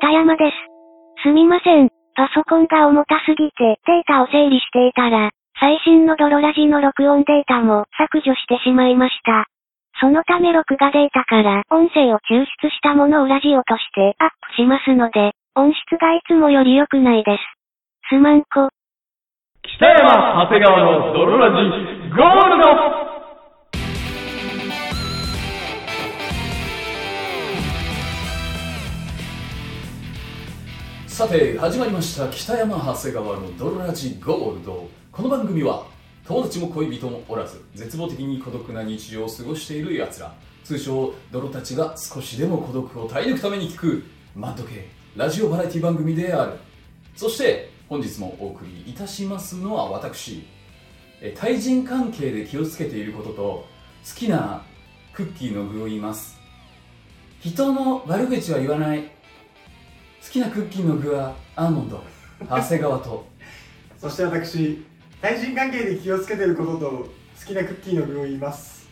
北山です。すみません。パソコンが重たすぎてデータを整理していたら、最新のドロラジの録音データも削除してしまいました。そのため録画データから音声を抽出したものをラジオとしてアップしますので、音質がいつもより良くないです。すまんこ。北山長谷川の泥ラジゴールドさて始まりました北山長谷川のドロラジゴールドこの番組は友達も恋人もおらず絶望的に孤独な日常を過ごしている奴ら通称泥たちが少しでも孤独を耐え抜くために聞くマッド系ラジオバラエティ番組であるそして本日もお送りいたしますのは私え対人関係で気をつけていることと好きなクッキーの具を言います人の悪口は言わない好きなクッキーの具はアーモンド長谷川とそして私、対人関係で気をつけてることと好きなクッキーの具を言います。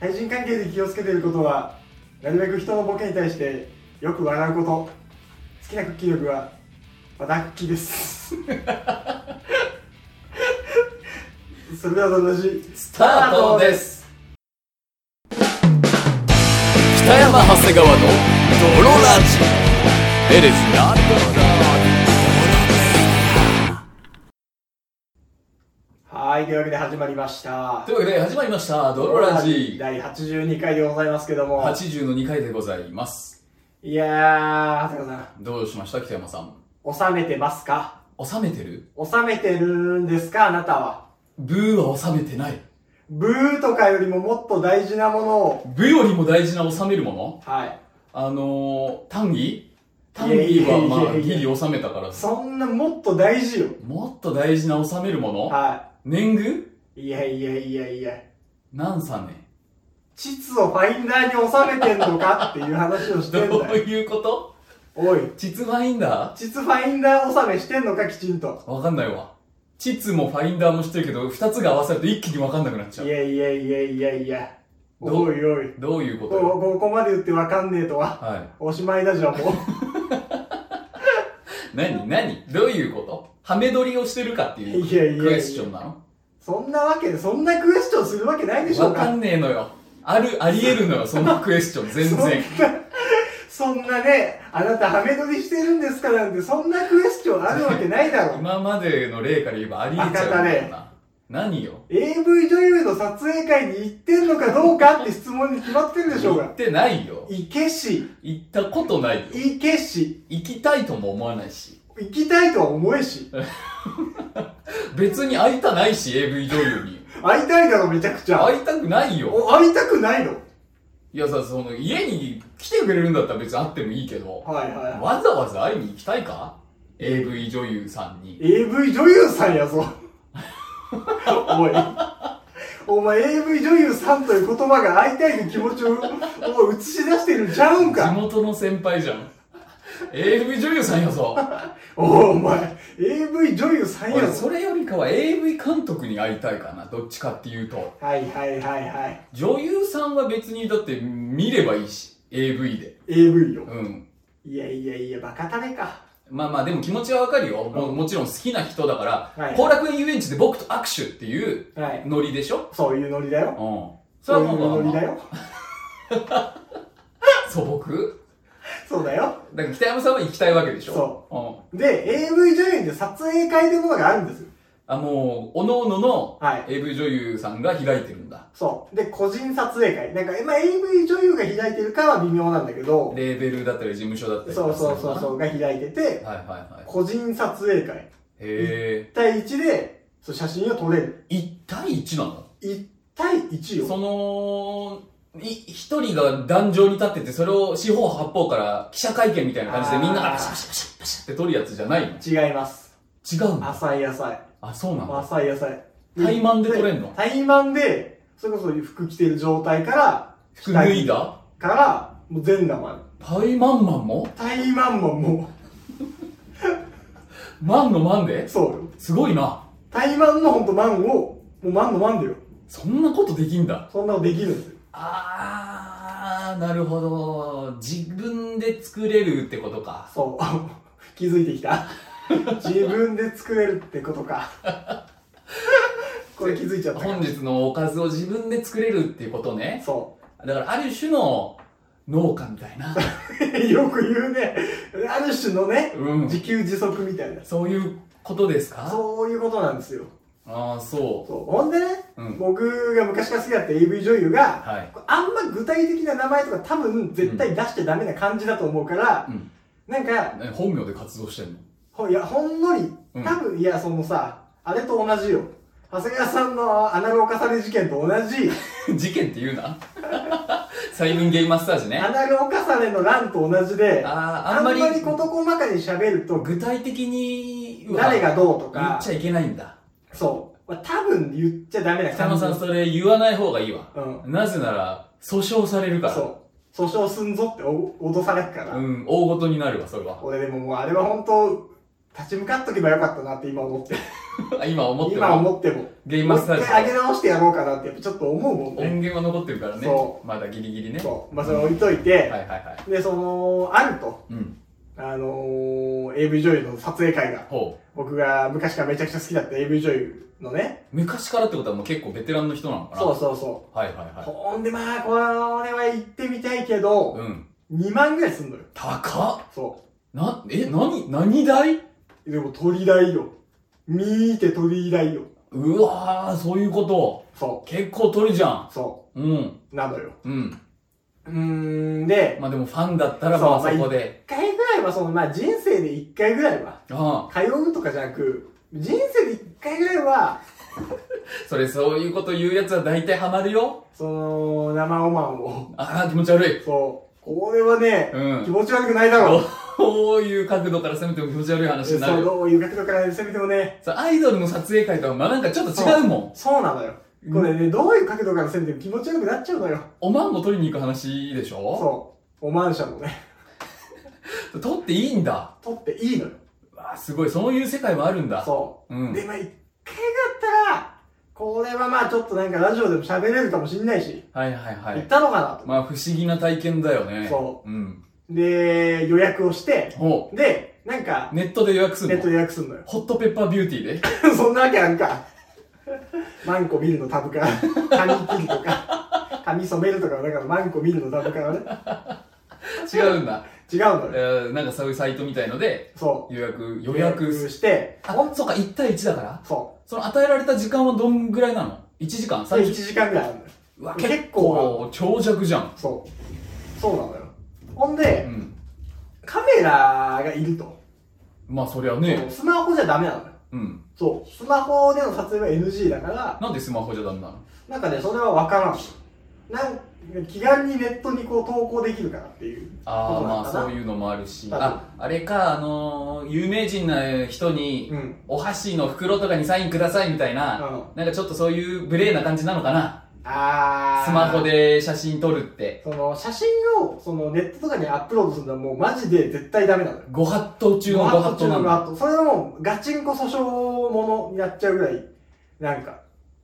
対人関係で気をつけてることは、なるべく人のボケに対してよく笑うこと。好きなクッキーの具は、和田クッキーです。 それでは同じ。スタートです北山長谷川の泥ラジエレスなはい、というわけで始まりましたとい。うわけで始まりました泥ラジ第82回でございますけども。 80の2回でございますいやー、長谷川どうしました北山さんさん、収めてますか収めてる収めてるんですかあなたは。ブーは収めてないブーとかよりももっと大事なものを、ブよりも大事な収めるものはい。あのー、単義単義はまあいやいやいやいギやリ収めたからそんなもっと大事よ。もっと大事な収めるものは年貢い。いやいやいやいや。何さね膣をファインダーに収めてんのかっていう話をして んどうだよ。いうことおい。膣ファインダ膣ファインダー収めしてんのかきちんと。ーわかんないわ。膣もファインダーもしてるけど、二つが合わさると一気にわかんなくなっちゃ。いうやいやいやいやいや。どうおいおい。どういうこことよここまで言ってわかんねえとは。はおしまいだじゃん、もい。う。なになにどういうことハメ撮りをしてるかっていういやいやいや クエスチョンなのそんなわけで、そんなクエスチョンするわけないでしょわうかか。んねえのよ。ある、ありえるのよ、そんなクエスチョン、全然。そんなね、あなたハメ撮りしてるんですかなんて、そんなクエスチョンあるわけないだろう。今までの例から言えばありえちゃうんだよな。何よ AV 女優の撮影会に行ってんのかどうかって質問に決まってるでしょう行っが。てないよ。行けし、行ったことないよ。行けし、行きたいとも思わないし。行きたいとは思えし、別に会いたないし、AV 女優に。会いたいだろめちゃくちゃ。会いたくないよ。お会いたくないのいやさ、その、家に来てくれるんだったら別に会ってもいいけど、はいはわざわざ会いに行きたいか ?AV 女優さんに。い。AV 女優さんやぞ。おい。お前 AV 女優さんという言葉が会いたいの気持ちをを映し出してるんちゃうん地か元の先輩じゃん。AV 女優さんやぞ。おおお前 AV 女優さんや俺、ぞそれよりかは AV 監督に会いたいかな。どっちかっていうと。はいはいはいはい女優さんは別にだって見ればいいし、AV で。 AV ようん。いやいやいやバカタレかまあまあ、でも気持ちはわかるよ。ももちろん好きな人だかはら、い後楽園遊園地で僕と握手っていうはい。ノリでしょそういうノリだうよ。ん。それそうはいうもノうリまだあ、よ。素朴 そうだよ。だから北山さんは行きたいわけでしょう。で、AV 女優で撮影会というものがあるんですよ。ん。あ、もう、おのおののはい。 AV 女優さんが開いてるんだ。そう。で、個人撮影会。なんか、まあ、AV 女優が開いてるかは微妙なんだけど、レーベルだったり事務所だったりとそかうそうそうそうう、が開いてて、のかな。はいはいはい。個人撮影会。へ1対1で、そう写真を撮れる。え。1対1なの1対1よ。その、い一人が壇上に立ってて、それを四方八方から記者会見みたいな感じであーみんながパシャパシャパシャパシャって撮るやつじゃないの違います。違うの浅い野菜。あ、そうなんだ。浅い野菜。対マンで撮れんの対マンで、それこそ服着てる状態から、服脱いだから、もう全裸まで。パイマンマンも対マンももマンのマンでう、そうよ。すごいな。台湾のほんとマンを、もうマンのマンだよ。そんなことできんだ。そんなのできるんですよ。あー、なるほど。自分でで作れるってことか。そう 気づいてきた自分で作れるってことかこれ気づいちゃったか本日のおかずを自分で作れるっていうことね。そだからある種の農家みたい な。う よく言うねある種のねうん自給自足みたいなそういうことですかそういうことなんですよああ、そそうほんでね、うん僕が昔から好きだった AV 女優が、はいあんま具体的な名前とか多分絶対出しちゃダメな感じだと思うからう。、うん。なんか何本名で活動してんのほいやほんのりうん多分、いやそのさあれと同じよ長谷川さんのアナルお重ね事件と同じ事件って言うな。 催眠ゲイマッサージね。アあナルお重ねの乱と同じであー、ああんんままりり事細かに喋ると具体的に、うわ誰がどうと言っかちゃいけないんだ。そう、まあ、多分言っちゃダメな北感野じさん、それ言わない方がいいわ。うなぜなら、訴訟されるから。そう訴訟すんぞってお脅されるから、うん、大事になるわ、それは。俺でももうあれは本当立ち向かっとけばよかったなって今思ってる今思って今も、思ってもゲイマもッう一サージ回上げ直してやろうかなってやっぱちょっと思うもん音ね源は残ってるからねそ。まだギリギリね。はそうまあそれ置いといて、いはいはでそのあるとい。うん。あのー、AV 女優の撮影会がほう。僕が昔からめちゃくちゃ好きだった AV 女優のね昔からってことはもう結構ベテランの人なのかなそうそうそうはいはいはい。ほんでまあこれは行ってみたいけど、うん。 2万ぐらいすんのよ高っそな、え、なに、何代うでも鳥代よ見て鳥代ようわー、そういうこと。そ結構鳥じゃん。うそうん。うなのようん。うーんでまあでもファンだったらまあそうそこで。 1回ぐらいはそのまあ人生で1回ぐらいはあ通うとかじゃなく人生で1回ぐらいはあ。それそういうこと言うやつは大体ハマるよ。その生おまんをああ、気持ち悪い。 そうこれはね、うん気持ち悪くないだろうこういう角度から攻めても気持ち悪い話そうになる。どういう角度から攻めてもねさ、アイドルの撮影会とはまあなんかちょっと違うもん。そうなのよこれね、どういう角度から攻めても気持ちよくなっちゃうのよおまんも撮りに行く話でしょそうおマンションのねそう。撮っていいんだ。取っていいのよわあ、すごい。そういう世界もあるんだ。そうう、ん。でまあ一回だったらこれはまあちょっとなんかラジオでも喋れるかもしんないし、はいはいは行っい。たのかなと、まあ不思議な体験だよね。。そううん。で予約をしてほでなんかう。ネットで予約すネるのットで予約すんのよホットペッパービューティーで。 そんなわけあるかマンコ見るのタブから髪切るとか髪染めるとかだからマンコ見るのタブからね 違うんだ。違うのえよーなんかそういうサイトみたいので、そ予約、う予約。してあ、そうか、1対1だから。そその与えられた時間はどんぐらいなの ?1 時間うで ?3 1時間時間ぐらいあるのようわ、結構結構、長尺じゃん。そうそうなのよほんうで、ん。カメラがいると、まあ、そりゃね。スマホじゃダメなのようん。そうスマホでの撮影は NG だからなんでスマホじゃダメなのなんかねそれは分からんなん気軽にネットにこう投稿できるからっていうああ、まあ、そうういうのもあるし。多分あ、あれか、あのー、有名人な人に、うんお箸の袋とかにサインくださいみたいな、なんかちょっとそういう無礼な感じなのかな。ああスマホで写真撮るって。その写真をそのネットとかにアップロードするのはもうマジで絶対ダメなのよご法度中のご法度なんごだ。法度それはもうガチンコ訴訟ものになっちゃうぐらいなんか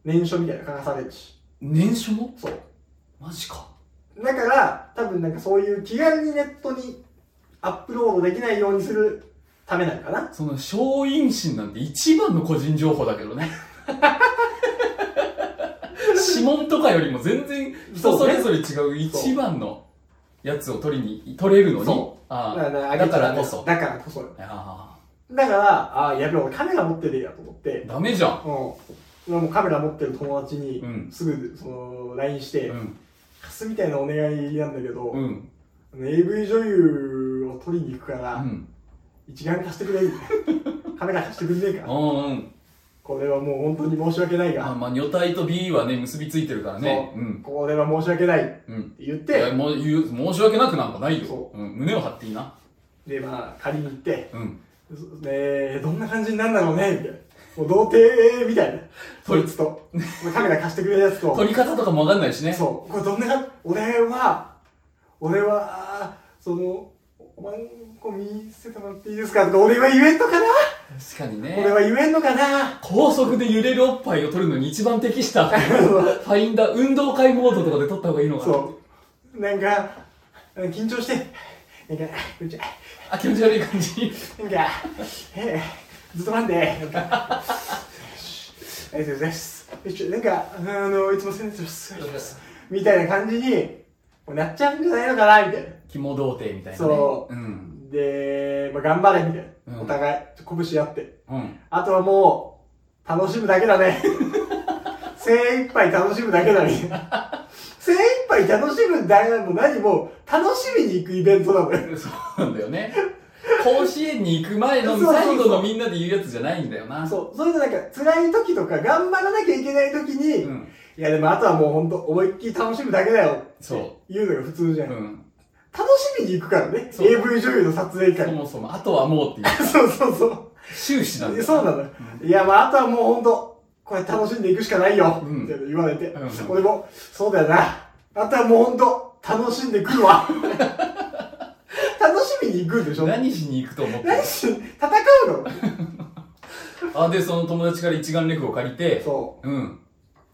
念書みたいなの書かされるし年書もそうマジか。だから多分なんかそういう気軽にネットにアップロードできないようにするためなのかなその、小陰唇なんて一番の個人情報だけど ね。指紋とかよりも全然人それぞれ違う一番のやつを取りに、取れるのにそ。あだかあらねだからこそ。だからこそよあだからあーやべえ俺カメラ持ってるやと思ってあ、ダメじゃん。うん俺もうカメラ持ってる友達にうんすぐその LINE してうん。 「貸すみたいなお願いなんだけど、うん。あの AV 女優を取りに行くかうらん。一眼貸してくれ」 カメラ貸してくんねえかうんうん。これはもう本当に申し訳ないあが、まあ、女体と B はね、結びついてるからね。そううん。これは申し訳ないってうん。言っいや、てもう言う、申し訳なくなんかないよそ。うん、胸を張っていいな。でまあ借りに行ってうん。 「ねどんな感じになるんだろうね」みたいなもう童貞み たいなそいつとカメラ貸してくれるやつと撮り方とかもわかんないしね。そう、これどんなか、俺は、俺は、その、おまんこ見せてもらっていいですかとか、俺は言えんのかな、確かに俺ね。は言えんのかな高速で揺れるおっぱいを撮るのに一番適したファインダー、運動会モードとかで撮った方がいいのかな。そう。なんか、緊張して、なんか、こんにちは、あ気持ち悪い感じなんか、えー、ずっと待って、なんか、ありがとうございます。なんか、あの、いつもせんでます。みたいな感じに、もうなっちゃうんじゃないのかな、みたいな。肝童貞みたいな、ね、そううんで、まあ、頑張れみたいな、うんお互い拳し合ってうんあとはもう楽しむだけだ ね精一杯楽しむだけだね精一杯楽しむだけなの何もう楽しみに行くイベントなのよそうなんだよね甲子園に行く前のそうそうそう最後のみんなで言うやつじゃないんだよなそうそれでなんか辛い時とか頑張らなきゃいけない時に、いん、やでもあとはもう本当思いっきり楽しむだけだよそ言うのが普通じゃん、うん、楽しみに行くからねそう AV 女優の撮影そ会もそもあとはもうっていうそうそうそう終始なんだよそうなのよ、いや、まあ、あとはもうほんと、これ楽しんでいくしかないよ、うんって言われて、うん俺も、そうだよな。あとはもうほんと、楽しんでくるわ。 楽しみに行くんでしょ何何しに行くと思ってし、戦うのあでその友達から一眼レフを借りて、そうん、う。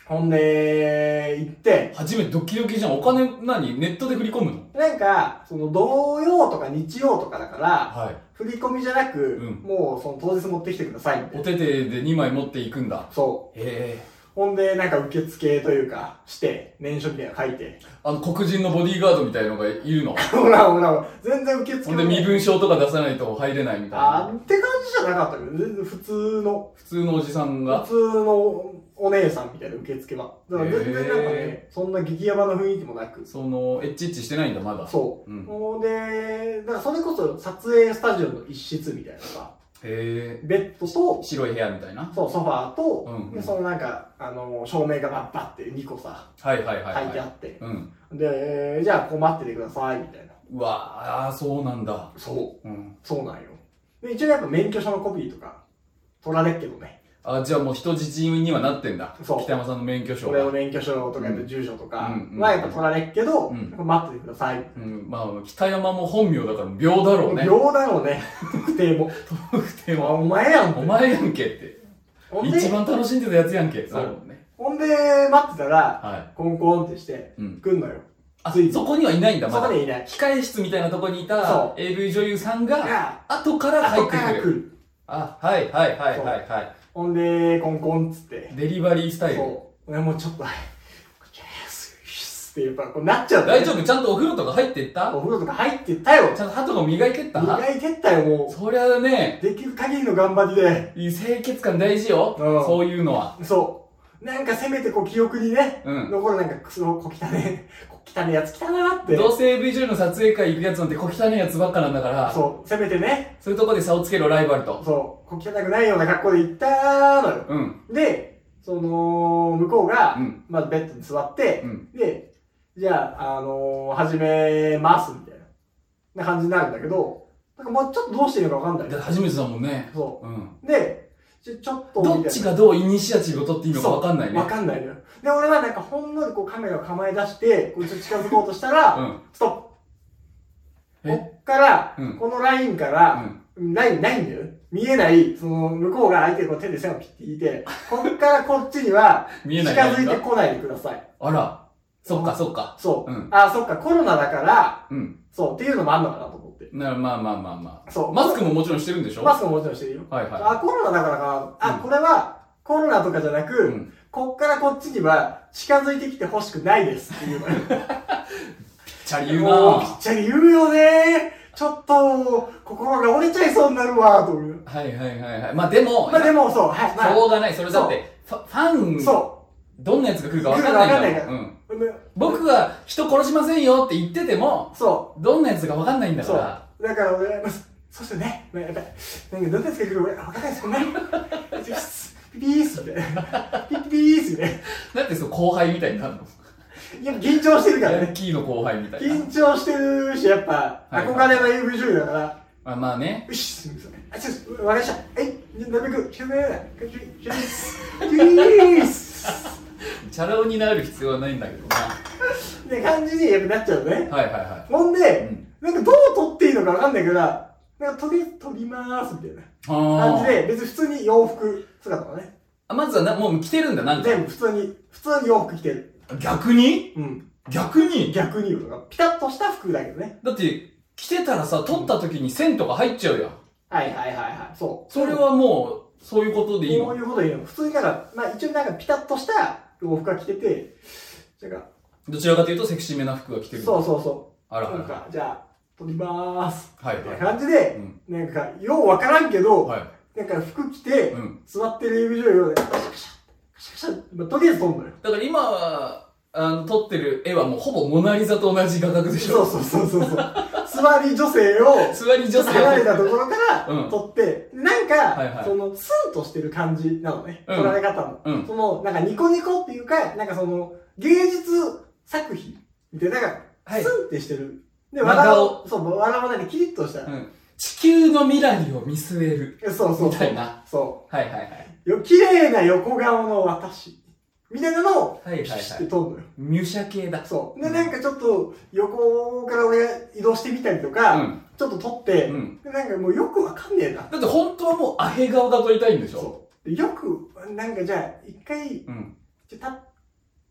ほんで、行って、初めてドキドキじゃんお金何ネットで振り込むのなんか、その、土曜とか日曜とかだから、はい振り込みじゃなく、うんもう、その、当日持ってきてくださいみたいお手な。手で2枚持っていくんだそへえう。ほんで、なんか、受付というか、して、年書みたいなの書いて、 あの黒人のボディーガードみたいのがいるのほらほらほら、全然受付ほもんねで身分証とか出さないと入れないみたいあなーって感じじゃなかったけど、全然普通の、普通のおじさんが普通のお姉さんみたいな受付は。だから全然なんかねへ、そんな激ヤバな雰囲気もなく。そのエッチエッチしてないんだまだそう。うんほんで、だからそれこそ撮影スタジオの一室みたいなさ、へえベッドと、白い部屋みたいなそう、ソファーと、うんうんでそのなんか、あの、照明がバッバって2個さ、はいはいはい書いはてあいって。うんで、じゃあこう待っててください、みたいな。うわあそうなんだそう、うんそうなんよ。で、一応やっぱ免許証のコピーとか、取られっけどね。あじゃあもう人質にはなってんだそう北山さんの免許証俺のが免許証とかうん住所とかうんうんはやっぱ取られっけど、うん待っててください。うんまあ北山も本名だから秒だろうね秒だろうね、特定も。特定あはお前やんってお前やんけってほんで一番楽しんでたやつやんけそなうるほどねほんで、待ってたら、はいコンコンってして、うん来んのよ。あついにそこにはいないんだそまだこにいない。控え室みたいなとこにいそたう AV 女優さんがが、後から入後っからて来くるる。あはいはいはいはいはほんで、コンコンっつってい。デリバリースタイルそう。俺もうちょっと、こっちです、すってやっぱこうなっちゃう、大丈夫ちゃんとお風呂とか入ってったお風呂とか入ってったよち。ゃんと歯とか磨いてった磨いてったよ、もそりゃねう。できる限りの頑張りで。いい清潔感大事ようんそういうのはそう。なんかせめてこう記憶にね、うん残るなんかクソ、小汚ね、 小汚ねやつ来たなって。どうせ AV 女優の撮影会行くやつなんて小汚いやつばっかなんだからそう、せめてね、そういうとこで差をつけろライバルとそう、小汚くないような格好で行ったのよ。うんで、その、向こうが、うんまずベッドに座って、うんで、じゃあ、あのー始めます、みたいな、な感じになるんだけど、なんかまあちょっとどうしていいのかわかだんなっい。て初めてだもんねそうんう。で、ちょちょっと、どっちがどうイニシアチブを取っていいのかわかんないねわかんないのよ。で、俺はなんかほんのりこうカメラを構え出して、こうちょっと近づこうとした ら、うんストップ。えこっから、うんこのラインかうら、んラインないんだよ。見えない、その、向こうが相手にこう手で線を切って いて、こっからこっちには、見近えないラインがづいてこないでください。あらそっかそっかそう。うんあ、そっか、コロナだから、うんそう、っていうのもあんのかなと思って。ならまあまあまあまそあう。マスクももちろんしてるんでしょマスクももちろんしてるよ。はいはいあ、コロナだからかな。あ、うんこれは、コロナとかじゃなく、うんこっからこっちには近づいてきてほしくないですっていうのよ。チャリ言うもうなきっちゃり言うよねちょっと、心が折れちゃいそうになるわ、と思う。はいはいはいはい。まあでも、まあでも、そう、はい、ましあ、ょうがない。それだって、ファファン、そどんなやつが来るか分かんないんだもん来るか分かんうん。う。で僕は人殺しませんよって言ってても、そどんなやつか分かんないんう、だかそう。ら。だから俺、まあ、そそうしてね、まあ、やっぱり、なんかどんなやつが来るか俺、わかんないですもんね。ピピースみたいな。ピピピースみたいな。だってそう後輩みたいになるの。やっぱ緊張してるからヤンね。キーの後輩みたいな緊。張してるし、やっぱ、はい憧れの AV 女優だから。まあまあね。よし、すみません。あ、ちょっと、わかりました。え、なるべく、しゃべらない。こっちしゃべります。チャラ男になる必要はないんだけどな。って感じにやっぱなっちゃうのね。はいはいはほんい。うで、ん。なんかどう撮っていいのかわかんないから、なんかとりあえず撮りまーすみたいなあ感じーで、別に普通に洋服姿がね、あ。まずはな、もう着てるんだ、なんか。全部普通に、普通に洋服着てる。逆にうん。逆に逆に言うのが、ピタッとした服だけどね。だって、着てたらさ、取った時に線とか入っちゃうやん。はいはいはいはい。そう。それはもう、そういうことでいいこのういうこと言うの。普通になんか、まあ一応なんかピタッとした洋服が着てて、なんか、どちらかというとセクシーめな服が着てる。そうそうそあう。らあなんら。か、じゃあ、撮りまーす。はいみたはいい。な感じでう、ん。なんか、ようわからんけど、はなんか服着い。てう、ん。座ってる指上で、カシャカシャ、カシャカシャ、まあ、とりあえず撮んのよ。だから今は、あの、撮ってる絵はもうほぼモナリザと同じ画角でしそうょ。そうそうそうそう。座り女性を、座り女性を離れたところからうん撮って、なんか、はいはいその、スーンとしてる感じなのね。うん撮られ方も。うんその、なんかニコニコっていうか、なんかその、芸術作品みたいな、なんはか、いスンってしてる。で、真顔笑を、そう、笑もないでキリッとした。うん。地球の未来を見据える。そうそうみそ。たいうな。そはいはいはい。う。よ、綺麗な横顔の私。みたいなのを、はいはいピシはッてい。撮るのよ。入社系だ。そう。うで、んなんかちょっと、横から俺が移動してみたりとうか、ん。ちょっと撮って、うん。でなんかもうよくわかんねえな。だって本当はもうアヘ顔が撮りたいんでしょそう。でよく、なんかじゃあ、一回、うん。ちょ、立っ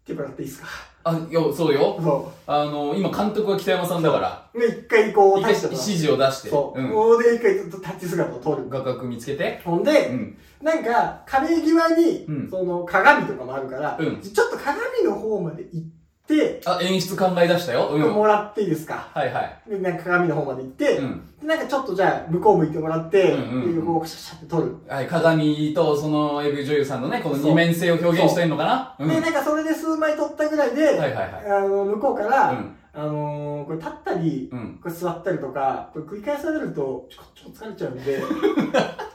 てもらっていいですか。あ、よ、そうよ。そあの、今監督は北山さんだから、う。で、一回こう、一回立ち指ても示を出して、らそう。んもうで、一回ずっと立ち姿を撮る。画角見つけて、ほんうで、ん。なんか、壁際に、うんその、鏡とかもあるから、うんちょっと鏡の方まで行って、あ、演出考え出したよ。うん。もらっていいですか。はいはい。で、なんか鏡の方まで行って、うん。でなんかちょっとじゃあ、向こう向いてもらって、うんうんうんでこう、シャッシャッって撮る。はい、鏡とその AV 女優さんのね、この二面性を表現したいのかなうん。はで、いなんかそれで数枚撮ったぐらいで、はいはあの、向こうかい。ら、うん。あのー、これ立ったり、うん。これ座ったりとか、これ繰り返されると、ちょこっちも疲れちゃうん で、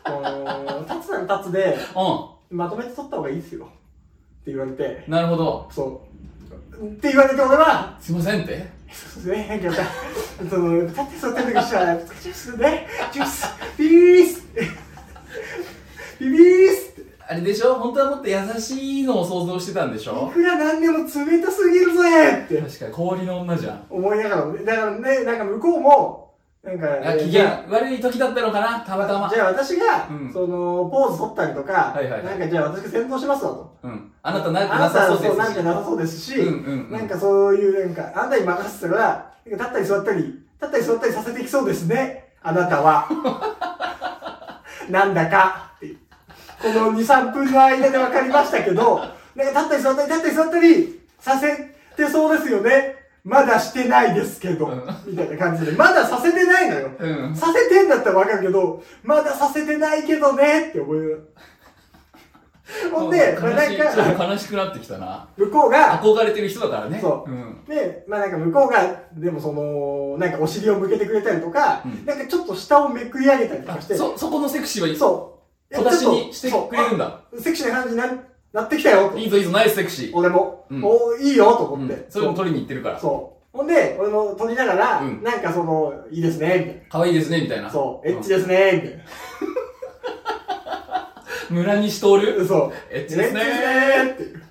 あのー、立つなら立つで、うまとめて取った方がいいですよ。って言われてん。、なるほど。そう。って言われて俺は、すいませんって。そうですね、なんか、その、立って座ってる時したら、疲れちゃうんですよね。ジュース、ビビースビビースってあれでしょ本当はもっと優しいのを想像してたんでしいょくらなんでも冷たすぎるぜって確かに氷の女じゃん。思いながらもね、だからね、なんか向こうも、なんか、あ、機じゃあ嫌悪い時だったのかなたまたまじ。ゃあ私が、うんその、ポーズ取ったりとか、はいはいはいなんかじゃあ私が先導しますわと。うん。あなたなんかあなさそうはでなんすかし。なさそうですし、うんうんうん。なんかそういう、なんか、あなたに任せたら、なんか立ったり座ったり、立ったり座ったりさせてきそうですね、あなたは。なんだかっていう、この2、3分の間で分かりましたけど、なんか立ったり座ったり、立ったり座ったりさせてそうですよね。まだしてないですけど、うみたいな感じで、まださせてないのよ。うん。させてんだったらわかるけど、まださせてないけどねって思う。ほんで、まあ悲なしんいちょっか、と悲しくなってきたな。向こうが、憧れてる人だからね。そうん。で、まあなんか向こうが、でもその、なんかお尻を向けてくれたりとか、うんなんかちょっと下をめくり上げたりとあかして、そ、そこのセクシーは、そう。小出しにしてくれるんだ。だ。そうセクシーな感じにななってきたよとい。いぞいいぞ、ナイスセクシー。俺も、うんおいいよとう思って。ん、それも撮りに行ってるから。そう。ほんで、俺も撮りながら、うんなんかその、いいですね、みたい可愛いですね、みたいな。な。そう、エッチで。ですね、みたいな。村西徹そう。エッチですねエッチですねって。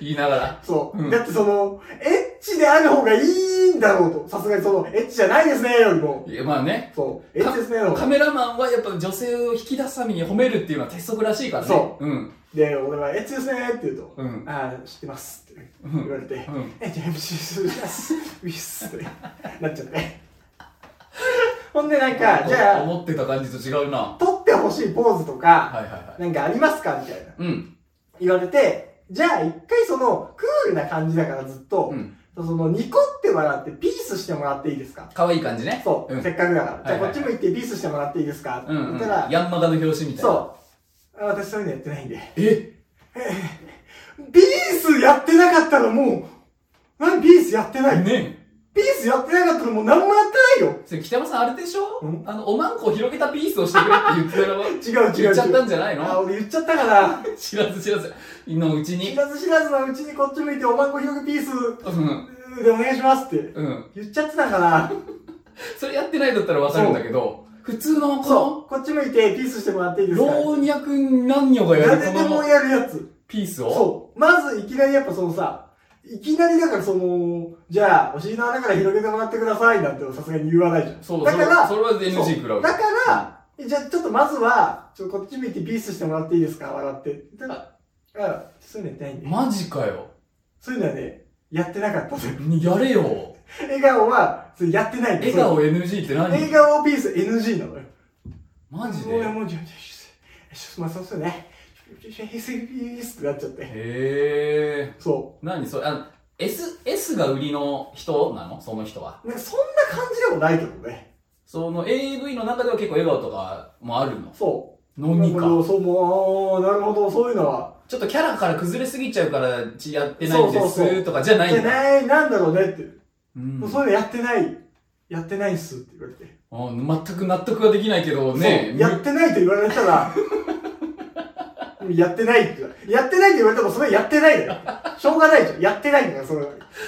言いながら。そう、うんだってその、エッチである方がいいんだろうと。さすがにその、エッチじゃないですね、よりも。いや、まあね。そう、エッチですね、の方カが。メラマンはやっぱ女性を引き出すために褒めるっていうのは鉄則らしいからね。。そううん。で、俺はエッチですね、って言うと、うんああ、知ってます、ってうん言われて、うんえ、じゃあ MC します、ウィスってなっちゃって。 ほんでなんか、じゃあ、思ってた感じと違うな。撮ってほしいポーズとか、はいはいはい。なんかありますかみたいな。うん。言われて、じゃあ一回その、クールな感じだからずっと、うん。その、ニコって笑ってピースしてもらっていいですか可愛い感じね。そう、うんせっかくだから。じゃあはこいはいっち向いてピースしてもらっていいですか、うん、う言ん。ったら、ヤンマガの表紙みたいな。そう。あ私そういうのやってないんで。う。えピースやってなかったらもう、なんピースやってないねえ。ピースやってなかったらもう何もやってないよそれ北山さんあれでしょうんあの、おまんこを広げたピースをしてくれって言ってたら、 違う違う違う。言っちゃったんじゃないあ、の俺言っちゃったから、知らず知らず。のうち知に。らず知らずのうちにこっち向いておまんこ広げピースうん。でお願いしますってうん。言っちゃってたから、それやってないだったらわかるんだけど、普通のこそう、こっち向いてピースしてもらっていいでの、すか老若男女がやる誰こでものやるやつ。ピースを、そう。まず、いきなりやっぱそのさ、いきなりだからその、じゃあ、お尻の穴から広げてもらってくださいなんてさすがに言わないじゃん。そう、だそかれら、それは NG 食らう。だから、じゃあちょっとまずは、ちょっとこっち見てピースしてもらっていいですか笑って。たら、あ、そういうのやってないんで。マジかよ。そういうのはね、やってなかったぜ。やれよ。笑顔は、それやってないんだ笑顔 NG ってそう笑何顔ピース NG なのよ。マジもう、でもう、ちょ、ちょ、ちょ、まあ、そうっすよね。ちょ、ちょ、ちょ、ってなっちゃって。へえ。そ何それ、あの、S、S が売りの人なのその人は。う。なんか、そんな感じでもないけどね。その AV の中では結構笑顔とかもあるの。そのう。みか。そう、もう、なるほど、そういうのは。ちょっとキャラから崩れすぎちゃうから、ちやってないんでそうそうそすとかじゃないじゃんだ。ない、なんだろうねって。うんもうそういうのやってない。やってないっすって言われて。あ全く納得はできないけどねそう。やってないと言われた ら、やってないって言われやってないって言われても、それはやってないだよ。しょうがないじゃん。やってないんだから、それは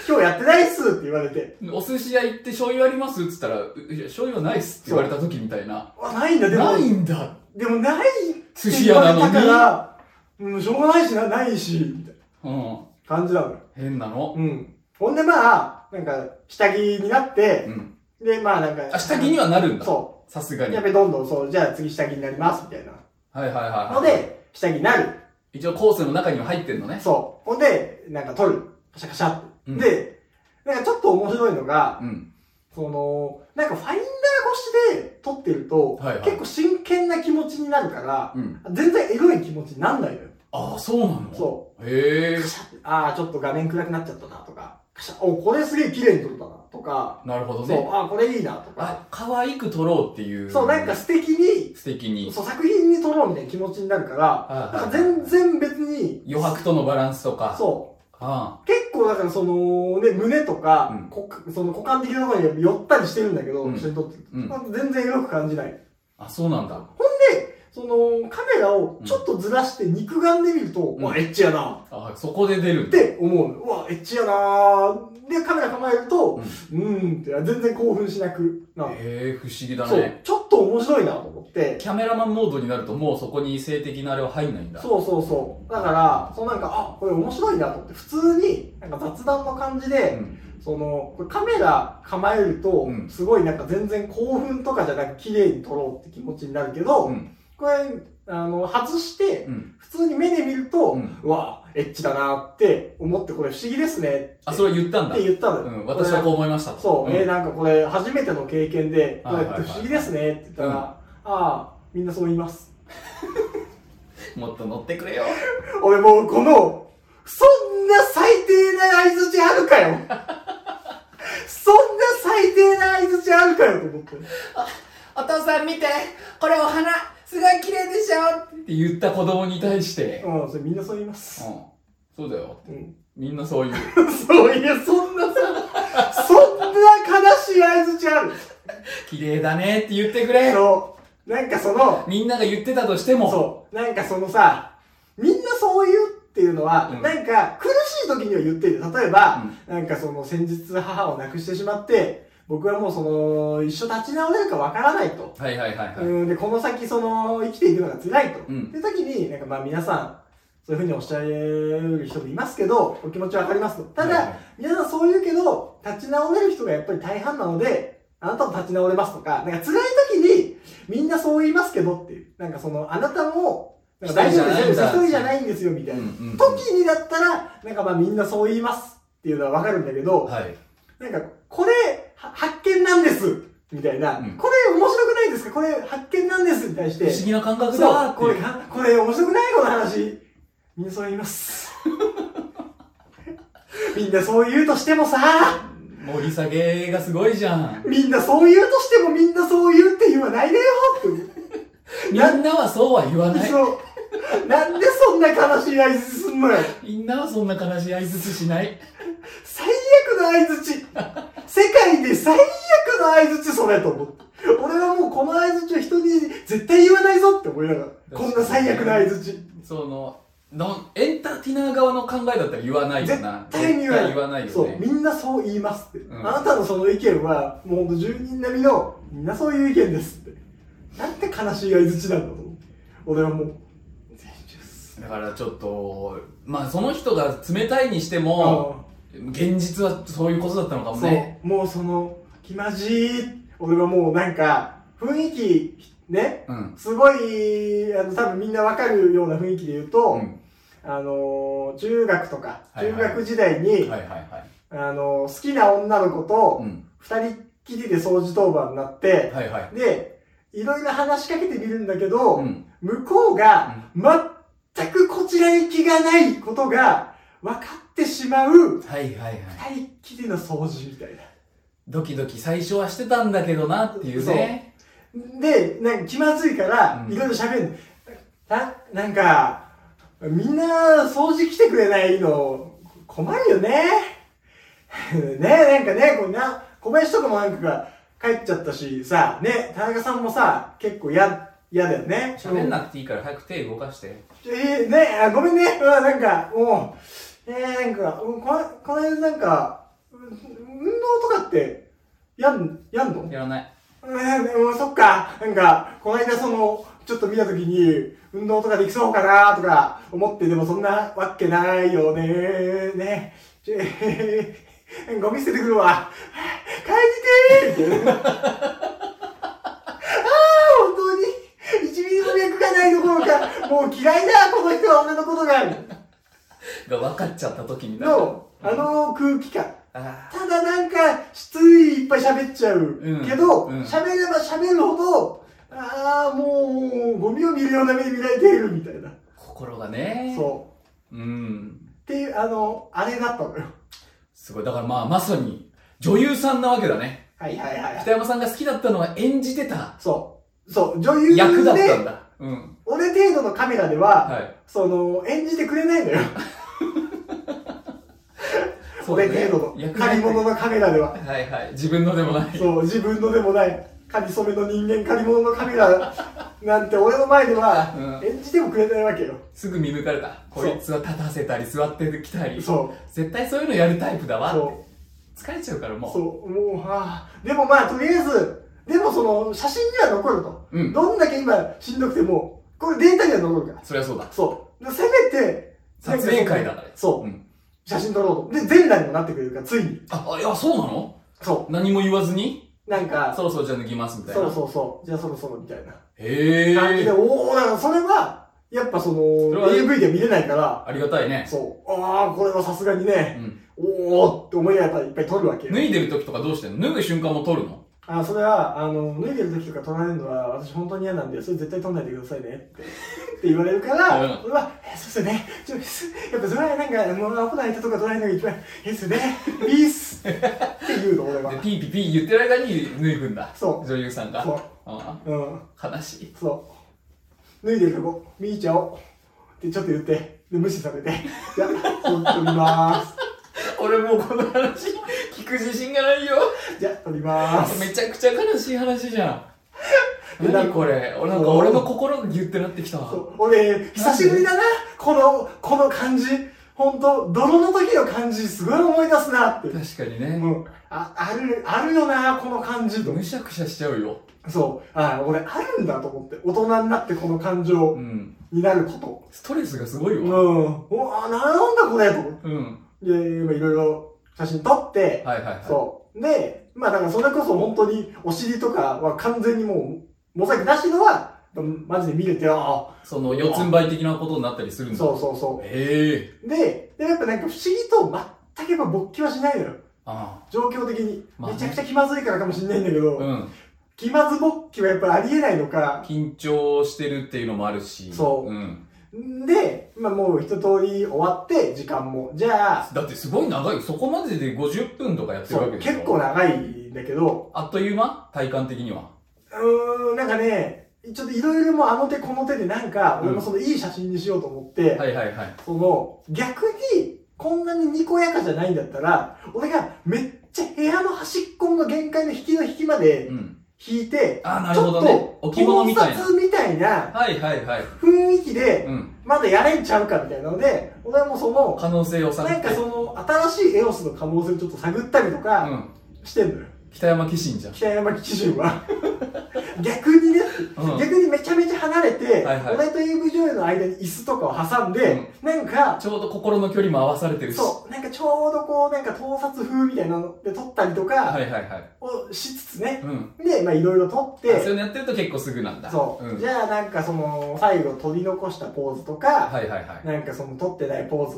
今日やってないっすって言われて。お寿司屋行って醤油ありますっつったら、ういや、醤油はないっすって言われた時みたいな。あ、ないんだ、でもな。いんだ。でもないって寿司言屋わなれたかのに。ら、うん、しょうがないしな、ないし、みたいうん。な感じなのよ。変なの。うん。ほんでまあ、なんか、下着になってう、ん。で、まあなんか、あ、下着にはなるんだ。そさすがう。に。やっはいぱりどんどん、そう、じゃあ次下着になります、みたいな。はいはいはい。ので、下着になる。一応コースの中には入ってんのね。そう。ほんで、なんか撮る。カシャカシャって。うんで、なんかちょっと面白いのが、うん。その、なんかファインダー越しで撮ってると、はいはい結構真剣な気持ちになるから、うん。全然エロい気持ちになんないのよ。ああ、そうなの。そうへえカ。シャって、ああ、ちょっと画面暗くなっちゃったなとか、カシャ、お、これすげえ綺麗に撮れたなとか、なるほどそうね。、ああ、これいいなとか、あ、可愛く撮ろうっていう。そう、なんか素敵に、素敵に。そう、作品に撮ろうみたいな気持ちになるから、はなんか全然別に、余白とのバランスとか。う。そう、あ結構だからその、ね、胸とか、うんこその股間的なところに寄ったりしてるんだけど、うん一緒に撮ってると、うんまあ全然よく感じない。ああ、そうなんだ。その、カメラをちょっとずらして肉眼で見ると、んうわ、エッチやなあそこで出るっんだ。て思うの。うわ、エッチやなで、カメラ構えると、うん、んって、全然興奮しなくなる。へえ、不思議だそうね。、ちょっと面白いなと思って、キャメラマンモードになるともうそこに性的なあれは入んないんだ。そうそうそう。だから、そのなんか、あ、これ面白いなと思って、普通に、なんか雑談の感じで、ん。その、これカメラ構えるとう、んすごいなんか全然興奮とかじゃなく綺麗に撮ろうって気持ちになるけど、うん。これ、あの、外してう、ん。普通に目で見ると、ううんわあエッチだなって思って、これ不思議ですねってあ、それは言ったんだ。って言ったのうよ。ん。私はこう思いましたと。そう、えーんなんかこれ初めての経験で、こはいはれいはい不思議ですねって言ったら、うんああ、みんなそう言います。もっと乗ってくれよ。俺もうこの、そんな最低な相槌あるかよそんな最低な相槌あるかよと思って。お父さん見てこれお花すごい綺麗でしょって言った子供に対して、うん、うん、それみんなそう言います。そうだよ。うん。みんなそういう。そういや、そんなさ、そんな悲しい合図ある。綺麗だねって言ってくれそう。なんかその、みんなが言ってたとしても、そう。なんかそのさ、みんなそう言うっていうのは、うんなんか苦しい時には言っている。例えば、なんかその先日母を亡くしてしまって、僕はもうその、一生立ち直れるかわからないと。はいはいはいはい。うん、で、この先その、生きていくのが辛いと。うんって時に、なんかまあ皆さん、そういうふうにおっしゃる人もいますけど、お気持ちはわかりますと。ただ、はいはい皆さんそう言うけど、立ち直れる人がやっぱり大半なので、あなたも立ち直れますとか、なんか辛い時に、みんなそう言いますけどっていう。なんかその、あなたも、なんか大丈夫ですよ、一人じゃないんですよ、みたいな。うんうん時にだったら、なんかまあみんなそう言いますっていうのはわかるんだけど、はい。なんか、これ、は発見なんですみたいな、うんこれ面白くないですかこれ発見なんですに対して不、思議な感覚だそわっう、てこれいう。か、これ面白くないこの話。みんなそう言います。 みんなそう言うとしてもさ、盛り下げがすごいじゃん。みん なそう言うとしてもみんなそう言うって言わないでよって。みんなはそうは言わない。そう。なんでそんな悲しい合図すんのよ。みんなはそんな悲しい相槌しない。最悪の合図値。世界で最悪の合図値それと思って。俺はもうこの合図値を人に絶対言わないぞって思いながら。こんな最悪の合図値。その、のエンターテイナー側の考えだったら言わないよ絶な。対に言わない絶対言わないよね。そうみんなそう言いますって、んあなたのその意見はもうほんと住人並みのみんなそういう意見ですってなんて悲しい相づちなんだと思う俺はもう全然ですだからちょっと、まあその人が冷たいにしても、現実はそういうことだったのかもそう、ね。もうその気まじい俺はもうなんか雰囲気ねうん。すごいあの多分みんなわかるような雰囲気で言うと、うんあのー中学とかはい中はい学時代に、はいはいはい。あの、好きな女の子とうん。二人っきりで掃除当番になって、はいはい。で、いろいろ話しかけてみるんだけど、うん。向こうが全くこちらに気がないことが分かってしまうはいはいはい。二人っきりの掃除みたいな。ドキドキ最初はしてたんだけどなっていうね。で、なんか気まずいから、うんいろいろ喋る、な、なんか、みんな掃除来てくれないの困るよね。 ねなんかね、こうな、小林とかもなんかが帰っちゃったしさ、ね、田中さんもさ、結構や、嫌だよね。喋んなくていいから早く手動かして。えー、ね、あごめんね、うん、なんか、もう、えー、なんか、うんここの間なんか、うん運動とかって、やん、やんのやらない。うん、でもそっか、なんか、この間その、ちょっと見たときに、運動とかできそうかなとか思って、でもそんなわけないよねね。ちょゴミ捨ててくるわ。帰りてーみたいな。ああ、本当に、一ミリの脈がないどころか、もう嫌いだ、この人は俺のことが。が分かっちゃった時にな。の、あの空気感。あただなんか、しついいっぱい喋っちゃう。うんけど、うん喋、れば喋るほど、ああ、もう、ゴミを見るような目で見られているみたいな。ー心がね。。そううん。う。っていう、あの、あれだったのよ。すごい。だからまあ、まさに、女優さんなわけだね。はいはいはいはい。北山さんが好きだったのは演じてたそう。そう、女優役だったんで、だ。うん。俺程度のカメラでは、はい。その、演じてくれないのよ。そうだ俺ね程度の。役だね借り物のカメラでは。はいはい。自分のでもない。そう、自分のでもない、借り染めの人間借り物のカメラなんて俺の前では、うん演じてもくれないわけよ。すぐ見抜かれた。こいつは立たせたり座ってきたり。そう。絶対そういうのやるタイプだわ。そう。疲れちゃうからもう。そう、もう、はあ、でもまあ、とりあえず、でもその、写真には残ると。うんどんだけ今、しんどくても、これデータには残るから。そりゃそうだ。そう。でせめて、撮影会だから。そううん。写真撮ろうと。で、全裸にもなってくれるから、ついに。あ、あいや、そうなのそ何も言わずにう。なんか、そろそろじゃあ脱ぎますみたいな。そうそうそう。じゃあそろそろみたいな。へ感じで、え。おおだからそれは、やっぱその、れは AV では見れないから、ありがたいね。そう。ああ、これはさすがにうね、ん。おおって思いながらやっぱりいっぱい撮るわけよ。脱いでる時とかどうしてんの脱ぐ瞬間も撮るのあそれはあの脱いでる時とか取られるのは私本当に嫌なんでそれ絶対取らないでくださいねってって言われるから、うん俺は「えそうですよねちょすやっぱそれはなんかもうアホな人とか取られるのが一番いいですよねピース」って言うの俺ではピーピーピー言ってる間に脱ぐんだ。そ女優さんが。そうあううんあ悲しい。そう脱いでるとこ見ーちゃおうってちょっと言ってで無視されて「じゃあそっと見ます」俺もうこの話聞く自信がないよ。 「じゃあ撮ります」めちゃくちゃ悲しい話じゃん。 で何これ俺なんか俺の心がギュってなってきたわ。そう俺久しぶりだなこのこの感じ本当泥の時の感じすごい思い出すなって確かにね。もうああるあるよなこの感じとむしゃくしゃしちゃうよ。そうあ俺あるんだと思って大人になってこの感情うん。になることストレスがすごいうわ。んおあなんだこれと思ってうん。でまあいろいろ写真撮って、はいはいはい。そうでまあだからそれこそ本当にお尻とかは完全にもうモザイクなしのはマジで見れてあその四つん這い的なことになったりするんだ。そうそうそうへえ。で、でもやっぱなんか不思議と全くやっぱ勃起はしないのよ。あ状況的に。まあねめちゃくちゃ気まずいからかもしんないんだけど、あ。うん。気まず勃起はやっぱありえないのか。緊張してるっていうのもあるし。そううん。で、まあもう一通り終わって、時間も。じゃあ、だってすごい長いよ。そこまでで50分とかやってるそわう、けでしょ結構。長いんだけど、あっという間体感的には。うーん、なんかね、ちょっといろいろもうあの手この手でなんか、うん俺もそのいい写真にしようと思って、はいはいはい。その、逆に、こんなににこやかじゃないんだったら、俺がめっちゃ部屋の端っこの限界の引きの引きまでうん。引いて、ああ、なちるほょっどとね。、置物みたいな。盗撮みたいなはいはいはい。雰囲気で、うん。まだやれんちゃうかみたいなので、俺はもうその、可能性を探なっんて。かその、新しいエオスの可能性をちょっと探ったりとうかん。してんのよ。北山紀信じゃん北山基準は 逆にね、うん逆にめちゃめちゃ離れて、はいはい俺と AV 女優の間に椅子とかを挟んで、なんかちょうど心の距離も合わされてるしそうなんかちょうどこうなんか盗撮風みたいなので撮ったりとはかいはいはいをしつつね、うんでまあいろいろ撮っでそういてうのやってると結構すぐなんだそう、んじゃあなんかその最後取り残したポーズとか、はいはいはいなんかその撮ってないポー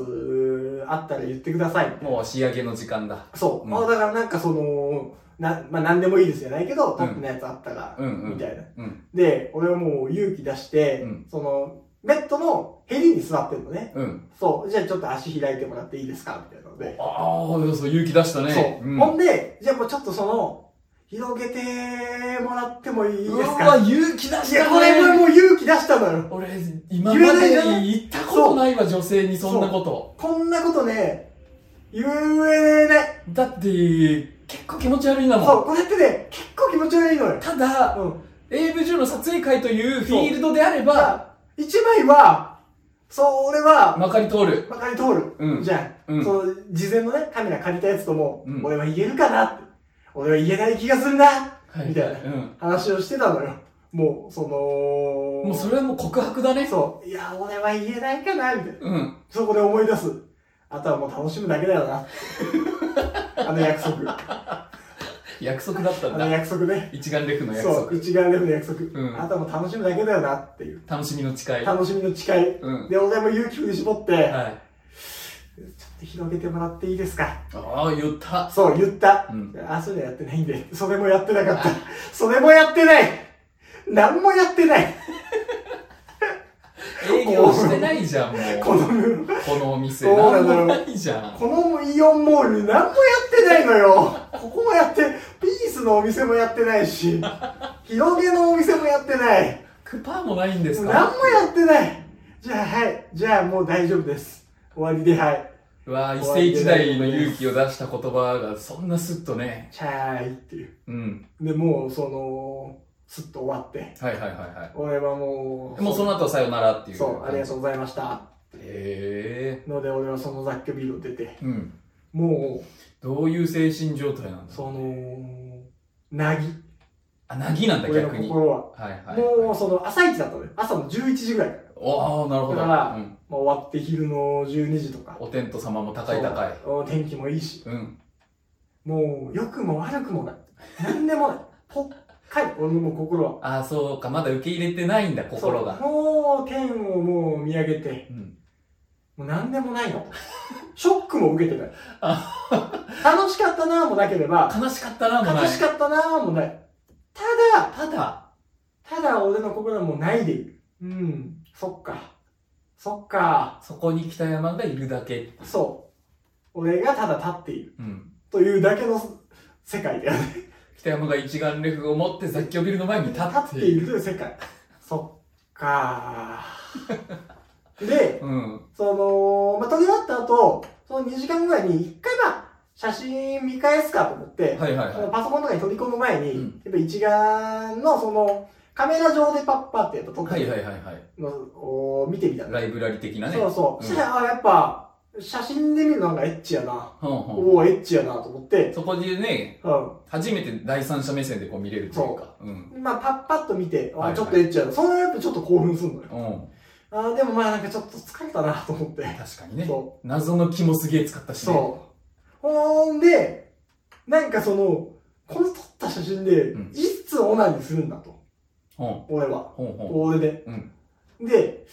ズあったら言ってくださいもう仕上げの時間だそう、うんまあだからなんかそのなまあ何でもいいですじゃないけど撮ってないやつあったら、うんうんみたいなうんで、俺はもう勇気出して、うんその、ベッドのヘリに座ってるのね。うんそう、じゃあちょっと足開いてもらっていいですかみたいなので。ああそう勇気出したねそう、んほんで、じゃあもうちょっとその、広げてもらってもいいですうかわ勇気出いしや、たこれもねもう勇気出したのよ。俺今ま言えないじゃでなに言ったことないわ女性にそんなことこんなことね、言えない。だって結構気持ち悪いなそもう、んこれってね、結構気持ち悪いのよ。ただうん。 AV の撮影会というフィールドであればあ、一枚は、そう、俺は、まかり通るまかり通る。うんじゃあ、うんその、事前のね、カメラ借りたやつとも、うん俺は言えるかなって、俺は言えない気がするな、はみたいなうん話をしてたのよ。もう、その、もうそれはもう告白だねそう、いや、俺は言えないかな、みたいな。うんそこで思い出す。あとはもう楽しむだけだ よな。あの約束。約束だったあんのだ約束ね。一眼レフの約そう、束一眼レフの約束、うんあとはもう楽しむだけだよなっていう。楽しみの誓い楽しみの誓い。うんで、俺も勇気振り絞って、はいちょっと広げてもらっていいですか。ああ言ったそう、言った。うんあ、それやってないんで。それもやってなかった。それもやってない。何もやってない。営業してないじゃんもうこのムーンこのお店そうな何のよもないじゃんこのイオンモール何もやってないのよ。ここもやって、ピースのお店もやってないし、広げのお店もやってない。クパーもないんですもうか何もやってない。じゃあ、はい。じゃあ、もう大丈夫です。終わりで、はい。うわあ一世一代の勇気を出した言葉がそんなスッとねチャーイっていう。うんで、もう、その、すっと終わって。はいはいはいは俺はも、いうもうその後はさよならっていうそう、ありがとううございました。へえので俺はその雑居ビルを出てうんもどういう精神状態なんうだそのなぎあなぎなんだ俺の逆に心は、はいはいもうその朝一だったのよ朝の11時ぐらいから、おあなるほどだからうんまあ、終わって昼の12時とかお天道様も高い高いそう天気もいいしうんもう良くも悪くもない何でもないぽっかり俺のもう心はああそうかまだ受け入れてないんだ心がそうもう天をもう見上げてうんもう何でもないのショックも受けてないあ楽しかったなぁもなければ悲しかったなもうな悲いしかったなぁもないただただただ俺の心はもうないでいる。うん。そっか。そっか。そこに北山がいるだけそう。俺がただ立っている。うんというだけの世界だよね。北山が一眼レフを持って雑居ビルの前に立立っってているいるという世界。そっか。で、うんその、まあ、撮り終わった後、その2時間ぐらいに一回まあ、写真見返すかと思って、はいはいそのはパソコンとかに取り込む前に、うんやっぱ一眼のその、カメラ上でパッパってやっぱ撮いっはいはいてはいはいのを見てみたのライブラリ的なねそうそう。うんそしたら、あやっぱ、写真で見るのがエッチやな。ほんほんおお、エッチやなと思って、そこでねう初めて第三者目線でこう見れるというかうんん。まあ、パッパッと見て、はいはあいちょっとエッチやな。それはやっぱちょっと興奮するのよ。うんあでもまあ、なんかちょっと疲れたなと思って。確かにねそ謎の気もすげえ使ったしねそう。ほんで、なんかその、この撮った写真でうん、いつオナニーするんだと。ほ俺は。んほんほん俺で。うんで、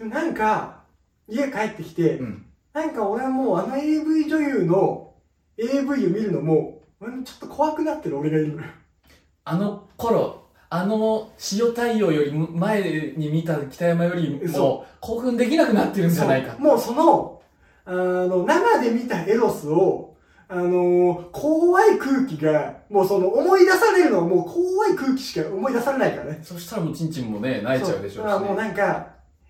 なんか、家帰ってきて、うんなんか俺はもうあの AV 女優の AV を見るのも、うんちょっと怖くなってる俺がいるのよ。あの頃あの塩太陽より前に見た北山よりもそ興奮できなくなって るんじゃないかそうもうその、あの、生で見たエロスを、あのー怖い空気が、もうその思い出されるのはもう怖い空気しか思い出されないからね。そしたらもうちんちんもね、泣いちゃうでしょうそだからもうし、ね。なんか、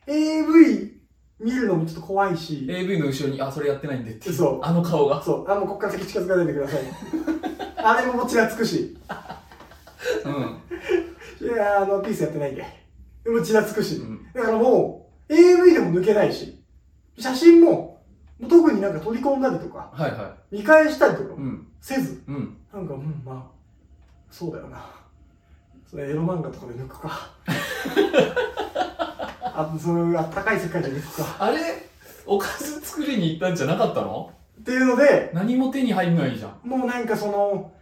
AV 見るのもちょっと怖いし、 AV の後ろに、あ、それやってないんでって。そうあの顔が。そう、あ、もうこっから先近づかないでく ださい。あれももちらつくし、うん。いやあの、ピースやってないんで。でもちらつくし。うんだからもう、AV でも抜けないし、写真も、特になんか取り込んだりとか、はいは見返したりとかい。うもん。せず、うん。なんかうんまあそうだよなそれエロ漫画とかで抜く かあそういうあったかい世界で抜くかあれおかず作りに行ったんじゃなかったのっていうので何も手に入んないじゃん。もうなんかその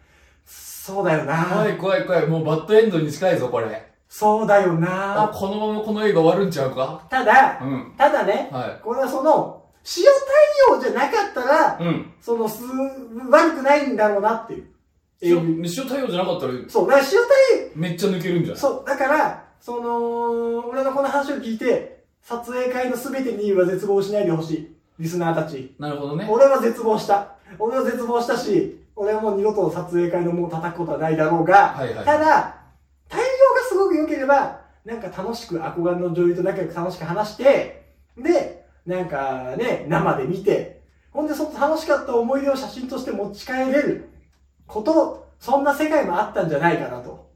そうだよな、怖い怖い怖い。もうバッドエンドに近いぞ、これ。そうだよあ、なこのままこの映画終わるんちゃうかただうん。ただねはこれはその塩対応じゃなかったらい。うん。そのす悪くないんだろうなっていう塩、塩対応じゃなかったらそうだから塩対応めっちゃ抜けるんじゃないそう、だから、その、俺のこの話を聞いて、撮影会の全てには絶望しないでほしい。リスナーたち。なるほどね。俺は絶望した。俺は絶望したし、俺はもう二度と撮影会のもう叩くことはないだろうが、はいはいただ、対応がすごく良ければ、なんか楽しく憧れの女優と仲良く楽しく話して、で、なんかね、生で見て、ほんでその楽しかった思い出を写真として持ち帰れること、そんな世界もあったんじゃないかなと。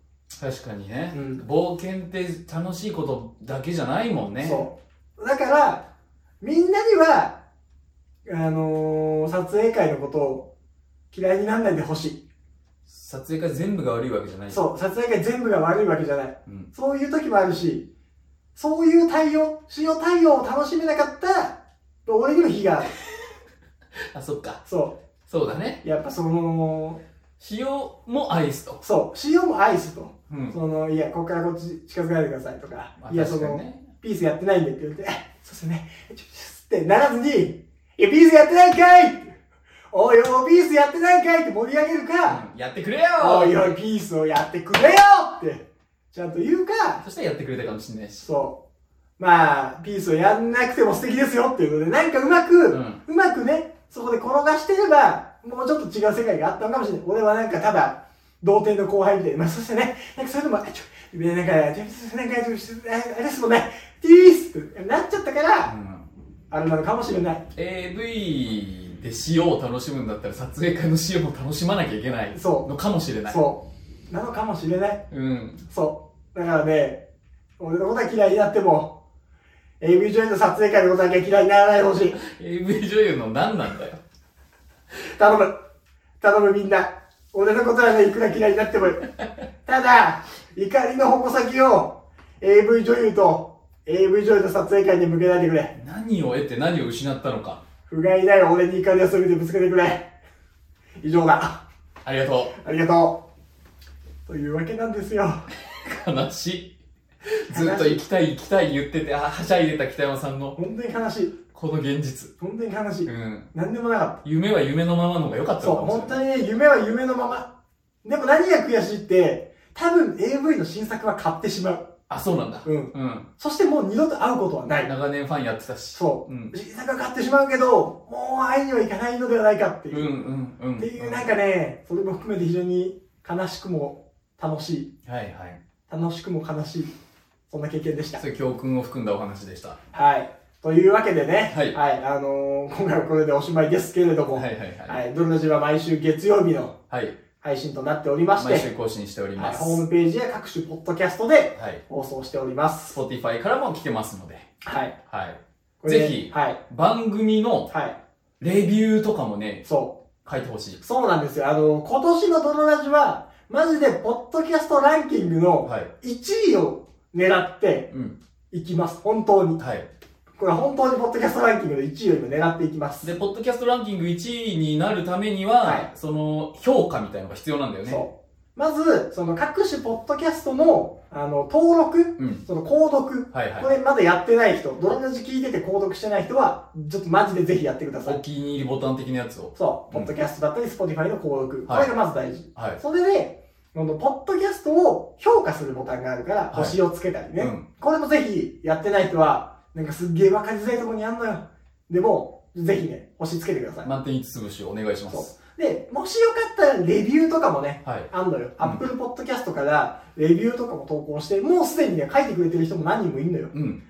確かにね、うん冒険って楽しいことだけじゃないもんね。そう。だから、みんなには、あのー撮影会のことを嫌いにならないでほしい。撮影会全部が悪いわけじゃない。そう、撮影会全部が悪いわけじゃない。うん。そういう時もあるし、そういう対応、使用対応を楽しめなかった、俺にも非がある。あ、そっか。そそうだね。う。やっぱその、塩もアイスと。そう、使用もアイスと。うん。その、いや、こっからこっち近づかないでくださいとか、まあいや、そ確かにの、ね。ピースやってないんでって言って、えそうっすよね、ちょちょってならずに、いや、ピースやってないんかいおいおい、ピースやってないんかいって盛り上げるか、うんやってくれおいよおい、ピースをやってくれよって、ちゃんと言うか、そしたらやってくれたかもしれないし。そう。まあ、ピースをやんなくても素敵ですよっていうので、なんかうまく、う。うんまくね、そこで転がしてれば、もうちょっと違う世界があったのかもしれない。俺はなんかただ、童貞の後輩みたいな。まあ、そしてね、なんかそういうのも、あちょ、なんか、なんか、あれですもんね、ピースってなっちゃったから、うんあれなのかもしれない。 AV で塩を楽しむんだったら撮影会の塩も楽しまなきゃいけないそうのかもしれない。そう。なのかもしれない。うん。そう。だからね、俺のことは嫌いになっても、AV 女優の撮影会のことだけは嫌いにならないでほしい。 AV 女優の何なんだよ。頼む。頼むみんな。俺のことはね、いくら嫌いになっても。ただ、怒りの矛先を AV 女優と AV 女優の撮影会に向けないでくれ。何を得て何を失ったのか。不甲斐ない俺に怒りを全てぶつけてくれ。以上だ。ありがとありがとう。というわけなんですよ。う。悲しい。ずっと行きたい行きたい言ってて、あ、はしゃいでた北山さんの本当に悲しい。この現実。本当に悲しい。うん。何でもなかっ。夢は夢のままの方が良かったたそのう、かもし本れない。当にね、夢は夢のまま。でも何が悔しいって、多分 AV の新作は買ってしまう。あ、そうなんだ。うん。うん。そしてもう二度と会うことはない。長年ファンやってたし。そうう。ん。新作は買ってしまうけど、もう会いにはいかないのではないかってういんうう。んうん。っていう、なんかね、それも含めて非常に悲しくも楽しい。はいはい。楽しくも悲しい。そんな経験でしたそう。いう教訓を含んだお話でした。ははい。というわけでね、はいあのー今回はこれでおしまいですけれどいも、はいはい。はい。ドルラジは毎週月曜日のはい。配信となっておりまして、毎週更新しておりはまい、す。ホームページや各種ポッドキャストではい。放送しております。 Spotify からも聞けますので。はい。はい。これねぜひはい。番組のはい。レビューとかもね、そ。。書いてほしいうそうなんですよ。あの、今年のドロラジは、マジでポッドキャストランキングのはい。 1位を狙ってうん。いきます。本当に。はい。これ本当にポッドキャストランキングの1位を今狙っていきます。で、ポッドキャストランキング1位になるためには、はいその、評価みたいのが必要なんだよね。そう。まず、その各種ポッドキャストの、あの、登録、うん。その購読、はいはい。これまだやってない人、どんな字聞いてて購読してない人は、ちょっとマジでぜひやってくださおい。気に入りボタン的なやつを。そう、うポんッドキャストだったり、Spotify の購読。こはいれがまず大事。はい。それで、このポッドキャストを評価するボタンがあるから、い星をつけたりね。うんこれもぜひやってない人は、なんかすっげえわかりづらいとこにあんのよ。でも、ぜひね、星つけてください。満点5つ星お願いしまそうす。。で、もしよかったらレビューとかもね、はい。あんのよ。アップルポッドキャストからレビューとかも投稿して、もうすでにね、書いてくれてる人も何人もいるのよ。うん。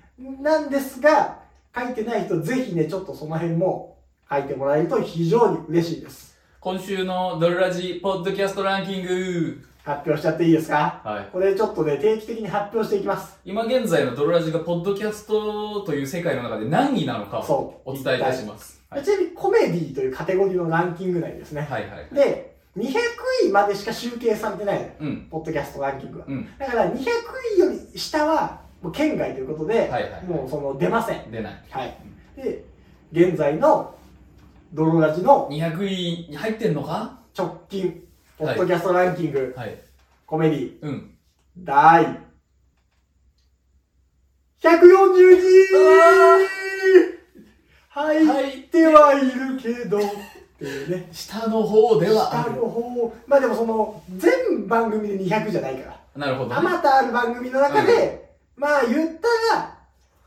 なんですが、書いてない人、ぜひね、ちょっとその辺も書いてもらえると非常に嬉しいです。今週のドルラジポッドキャストランキング。発表しちゃっていいですかはい。これちょっとね、定期的に発表していきます。今現在のドルラジがポッドキャストという世界の中で何位なのかそをうお伝えいたします。はい。ちなみにコメディというカテゴリーのランキング内ですね。はいはいはい。で、 200位までしか集計されてないのようん。ポッドキャストランキングは。うん。だから200位より下は、もう県外ということで、はいはいもうその出ません。出ない。はい。で、現在の、ドロラジの200位に入ってんのか直近、ポはいッドキャストランキング、はい。コメディ、うん。第、141位入いってはいるけど、っていうね。下の方ではあ下る。の方、まあでもその、全番組で200じゃないから。なるほどあね。またある番組の中で、まあ言ったら、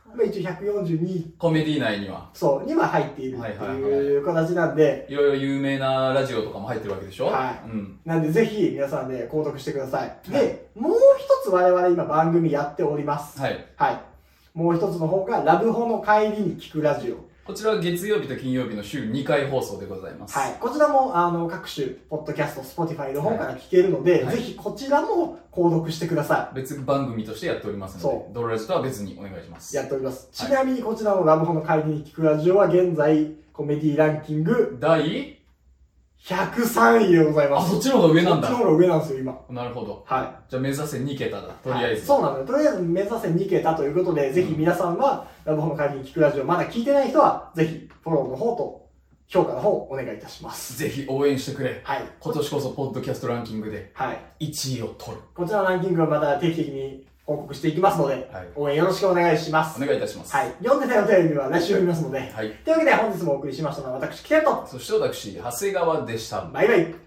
まあ一応142、コメディ内には。そう、には入っているってはいはいいう形なんで、いろいろ有名なラジオとかも入ってるわけでしょはうん。なんでぜひ皆さんで購読してください。で、もう一つ我々今番組やっております。はい。はい。もう一つの方が、ラブホの帰りに聞くラジオ。こちらは月曜日と金曜日の週2回放送でございます。はい。。こちらも、あの、各種、ポッドキャスト、スポティファイの方から聞けるので、はいぜひこちらも購読してくださ別番組としてやっておりますのそで、ドロラジとは別にお願いします。い。やっております。はいちなみにこちらのラブホの帰りに聞くラジオは現在、コメディランキング第103位でございまあ、す。そっちの方が上なんだそっち。の方が上なんですよ、今。なるほど。はじゃあ目指せ2桁だ。い。とりあえず。はいそうなのよ。とりあえず目指せ2桁ということで、ぜひ皆さんは、ラブホの会議に聞くラジオ、まだ聞いてない人は、ぜひ、フォローの方と、評価の方、お願いいたします。ぜひ応援してくれ。はい。今年こそ、ポッドキャストランキングではい。 1位を取る。こちらのランキングはまた定期的に報告していきますので、はい応援よろしくお願いします。お願いいたします。はい。読んでないお便りは来週読みますので。はい。というわけで、本日もお送りしましたのは、私、キテと、そして私、長谷川でした。バイバイ。